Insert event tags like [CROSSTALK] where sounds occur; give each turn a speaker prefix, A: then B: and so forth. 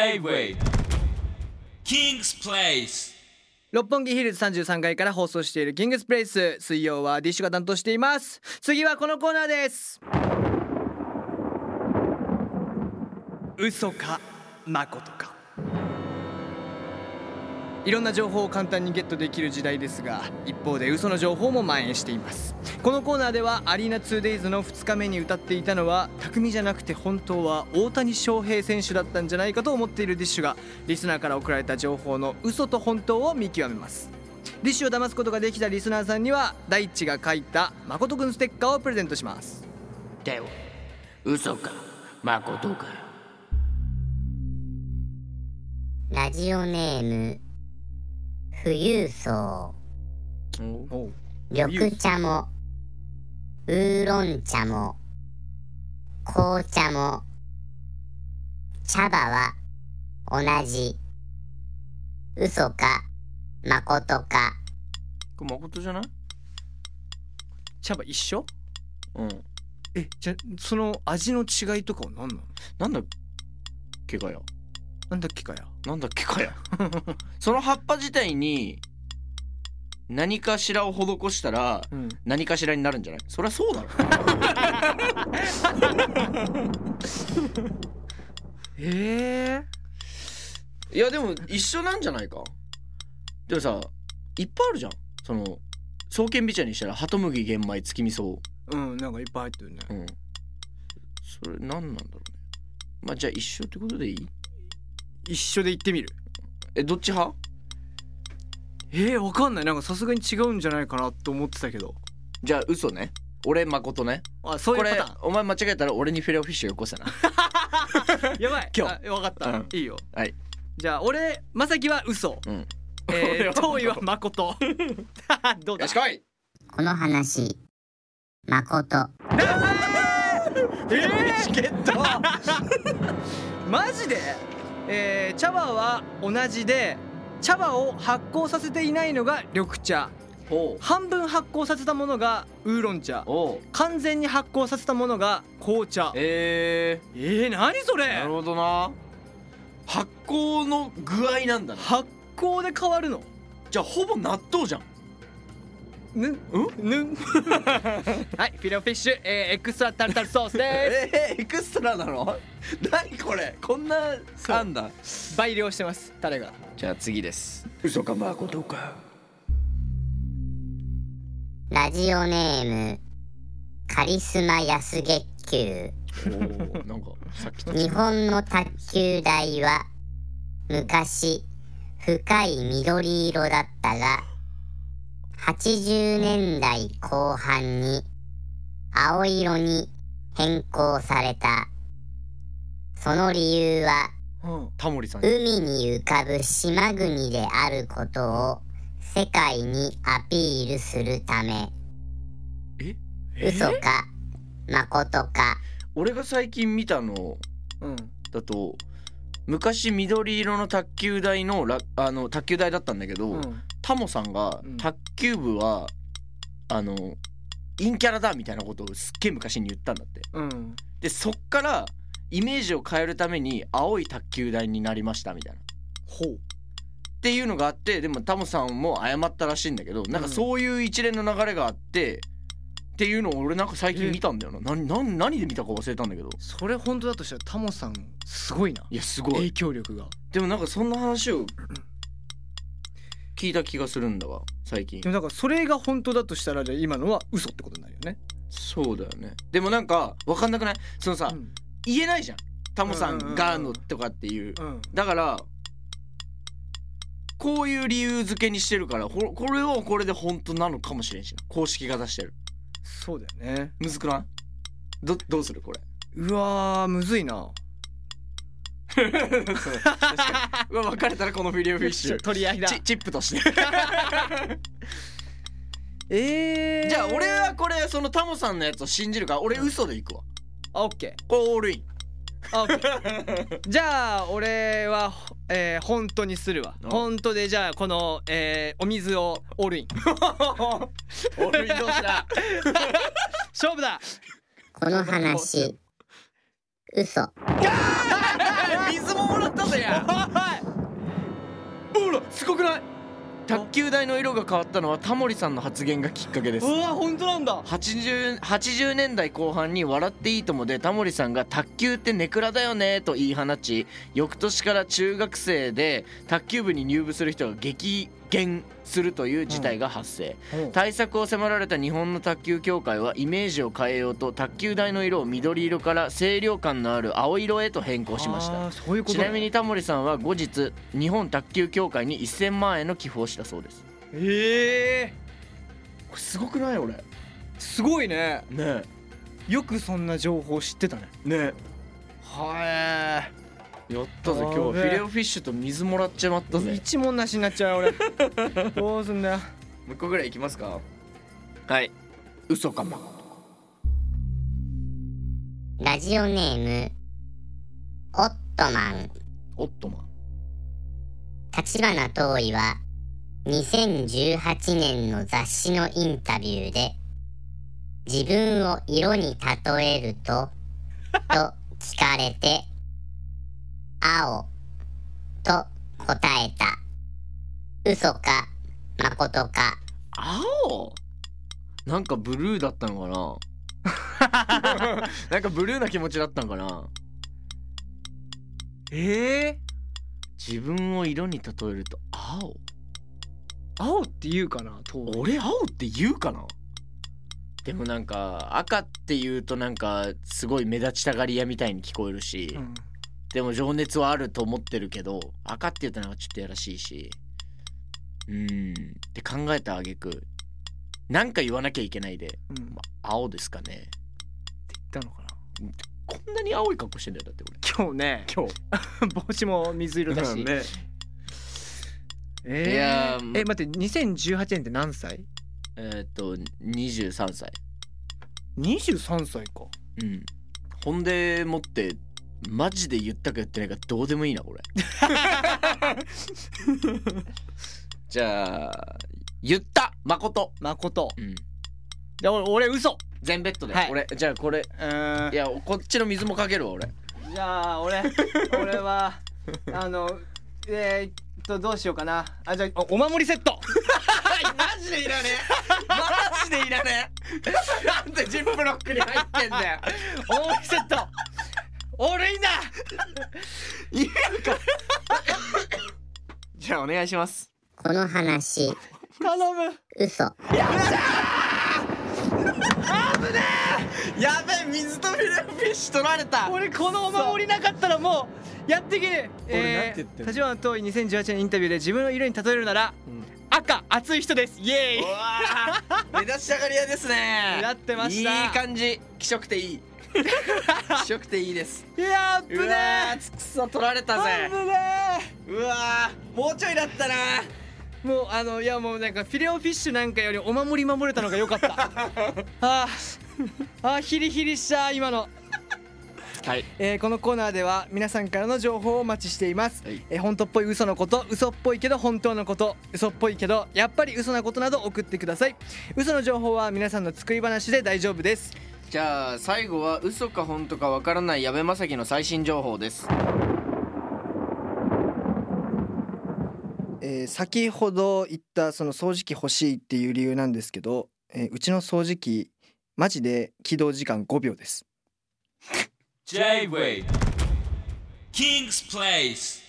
A: J-Way King's Place
B: 六本木ヒルズ33階から放送しているキングスプレイス水曜はディッシュが担当しています次はこのコーナーです嘘か誠かいろんな情報を簡単にゲットできる時代ですが一方で嘘の情報も蔓延していますこのコーナーではアリーナ 2days の2日目に歌っていたのは匠じゃなくて本当は大谷翔平選手だったんじゃないかと思っているディッシュがリスナーから送られた情報の嘘と本当を見極めますディッシュを騙すことができたリスナーさんには大地が書いた誠くんステッカーをプレゼントします
C: だよ嘘かまことか
D: ラジオネーム富裕層緑茶もウーロン茶も紅茶も茶葉は同じ嘘かまことか
C: これまことじゃない
B: 茶葉一緒
C: うん
B: えじゃその味の違いとかは何なの
C: なんだっけかや
B: なんだっけかや
C: なんだっけか [LAUGHS] やその葉っぱ自体に何かしらを施したら
B: うん
C: 何かしらになるんじゃないそりゃそうだろ
B: え
C: [LAUGHS] いやでも一緒なんじゃないかでもさいっぱいあるじゃんその双剣美茶にしたらハトムギ玄米月味噌
B: えうんなんかいっぱい入ってるね
C: うんそれ何なんだろうねまあじゃあ一緒ってことでいい
B: 一緒で行ってみる
C: えどっち派
B: えー、わかんないなんかさすがに違うんじゃないかなと思ってたけど
C: じゃあ嘘ね俺誠ね
B: あそういう
C: こ
B: パ
C: れ
B: タ
C: お前間違えたら俺にフィレオフィッシュよこせな
B: ーンやばい
C: 今日
B: あわかった、
C: うん
B: いいよ
C: はい
B: じゃあ俺まさきは嘘、
C: うん
B: え [LAUGHS] ー
C: 俺は
B: 遠いは誠 [LAUGHS] どうだ
C: よし来い
D: この話まこと
C: えー、チケット
B: [LAUGHS] マジで、えー、茶葉は同じで茶葉を発酵させていないのが緑茶
C: ほ
B: 半分発酵させたものがウーロン茶
C: うおう
B: 完全に発酵させたものが紅茶え
C: え
B: ー、何そ
C: ー、な
B: れ
C: るほどな発酵の具合なんだな
B: 発酵で変わるの
C: じゃあほぼ納豆じゃん
B: ぬんぬんはいフィレオフィッシュ、えー、エクストラタルタルソースで
C: えー、エクストラなの [LAUGHS] 何これこんなあんだ
B: す倍量してますタレが
C: じゃあ次です嘘かまことか
D: ラジオネームカリスマ安月給
C: おーなんかさっきと
D: 日本の卓球台は昔深い緑色だったが80年代後半に青色に変更されたその理由は
C: [LAUGHS] タモリさん
D: 海に浮かぶ島国であることを世界にアピールするため
C: え
D: 嘘か誠か
C: 俺が最近見たの
B: うん
C: だと昔緑色の卓球台のラあの卓球台だったんだけど、
B: うん
C: タモさんが
B: うん
C: 卓球部は、あの陰キャラだみたいなことをすっげえ昔に言ったんだって
B: うん
C: でそっからイメージを変えるために青い卓球台になりましたみたいなっ
B: ほう
C: ていうのがあってでもタモさんも謝ったらしいんだけどなんかそういう一連の流れがあって、っていうのを俺なんか最近見たんだよな何何何で見たか忘れたんだけど
B: それ本当だとしたらタモさんすごいない
C: やすごい
B: 影響力が
C: でもなんかそんな話を聞いた気がするんだわ最近
B: でもだからそれが本当だとしたらじゃあ今のは嘘ってことになるよね
C: そうだよねでもなんか分かんなくないそのさ、
B: うん
C: 言えないじゃんタモさ
B: うんうんうんうん
C: んがのとかっていう
B: うん
C: だからこういう理由付けにしてるからほこれをこれで本当なのかもしれんしな公式が出してる
B: そうだよね
C: むずくないどどうするこれ
B: うわーむずいな
C: そう確かに [LAUGHS] うわ別れたらこのフィリオフィッシュ
B: 取り合いだ
C: チチップとして
B: えー、
C: じゃあ俺はこれそのタモさんのやつを信じるから俺嘘でいくわ
B: あオッケ
C: これオールイン
B: ーあオッケーじゃあ俺は、えー、本当にするわ
C: お
B: 本当でじゃあこの、えー、お水をオールイン
C: オールイン同士だ
B: 勝負だ
D: この話嘘
C: [LAUGHS] 水ももらったぜやはいほらすごくない [LAUGHS] 卓球台の色が変わったのはタモリさんの発言がきっかけです
B: うわ本当なんだ
C: 80, 80年代後半に「笑っていいとも」でタモリさんが「卓球ってネクラだよね」と言い放ち翌年から中学生で卓球部に入部する人が激減するという事態が発生、
B: うん
C: 対策を迫られた日本の卓球協会はイメージを変えようと卓球台の色を緑色から清涼感のある青色へと変更しました
B: あーそういうこと
C: ちなみにタモリさんは後日日本卓球協会に1000万円の寄付をしたそうです
B: ええ
C: これすごくない俺ね
B: すごいね
C: え
B: よくそんな情報知ってたね
C: ね
B: は
C: えやったぜ今日
B: や
C: フ
B: べえ
C: ィレオフィッシュと水もらっちまったぜ
B: 一文なしになっちゃうよ俺 [LAUGHS] どうすん
C: [LAUGHS]
B: だよ
C: もう一個ぐらいいきますかはい嘘かも
D: ラジオネーム、オットマン。
C: おっとま
D: 立花遠いは2018年の雑誌のインタビューで自分を色に例えるとと聞かれて青と答えた嘘か誠か
C: 青なんかブルーだったのかななんかブルーな気持ちだったのかな
B: ええ
C: 自分を色に例えると青
B: 青って言うかなと
C: 俺青って言うかなでもなんか赤って言うとなんかすごい目立ちたがり屋みたいに聞こえるし、
B: うん
C: でも情熱はあると思ってるけど赤って言うとなんかちょっとやらしいしうーんって考えた挙句なんか言わなきゃいけないで、
B: うん
C: まあ、青ですかね
B: 言ったのかな
C: こんなに青い格好してんだよだって
B: 今日ね
C: 俺
B: [LAUGHS]
C: 今
B: 帽子も水色だし、
C: ね
B: えー
C: いやー
B: え待って2018年って何歳
C: えーっと23歳
B: ?23 歳か
C: うんほんでもってマジで言ったか言ってないかどうでもいいなこれ [LAUGHS] じゃあ言った誠
B: 誠
C: うん
B: で俺俺嘘
C: 全ベッドで、
B: はい
C: 俺じゃあこれ
B: うーん
C: いやこっちの水もかけるわ俺
B: じゃあ [LAUGHS] 俺俺はあのえー、っとどうしようかなあじゃあおお守りセッ [LAUGHS] ト
C: マジでいらねえマジでいらねえなんでジップロックに入ってんだよ
B: お守りセット俺いいんだ
C: じゃあお願いします
D: この話
B: 頼む
D: 嘘
C: やべえ水とフィレオフィッシュ取られた
B: 俺このお守りなかったらもうやっていけねえ
C: 俺
B: え
C: なんて言ってんの
B: 立花遠い2018年インタビューで自分の色に例えるなら、
C: ん
B: 赤熱い人ですイエーイ
C: 目立ちたがり屋ですね
B: やってました
C: いい感じ気色ていい気色ていいです
B: いやー
C: う
B: ぶね
C: わーくそ取られた
B: ー
C: ぜ
B: ぶね
C: うわーもうちょいだったな
B: ーもうあのいやもうなんかフィレオフィッシュなんかよりお守り守れたのが良かった
C: [LAUGHS]
B: あーあーヒリヒリした今の、
C: はい
B: えーこのコーナーでは皆さんからの情報をお待ちしています、
C: はい
B: えー本当っぽい嘘のこと嘘っぽいけど本当のこと嘘っぽいけどやっぱり嘘なことなど送ってください嘘の情報は皆さんの作り話で大丈夫です
C: じゃあ最後は嘘か本当かわからない矢部正樹の最新情報です
B: えー先ほど言ったその掃除機欲しいっていう理由なんですけど、えーうちの掃除機マジで起動時間5秒です
A: J-Way King's Place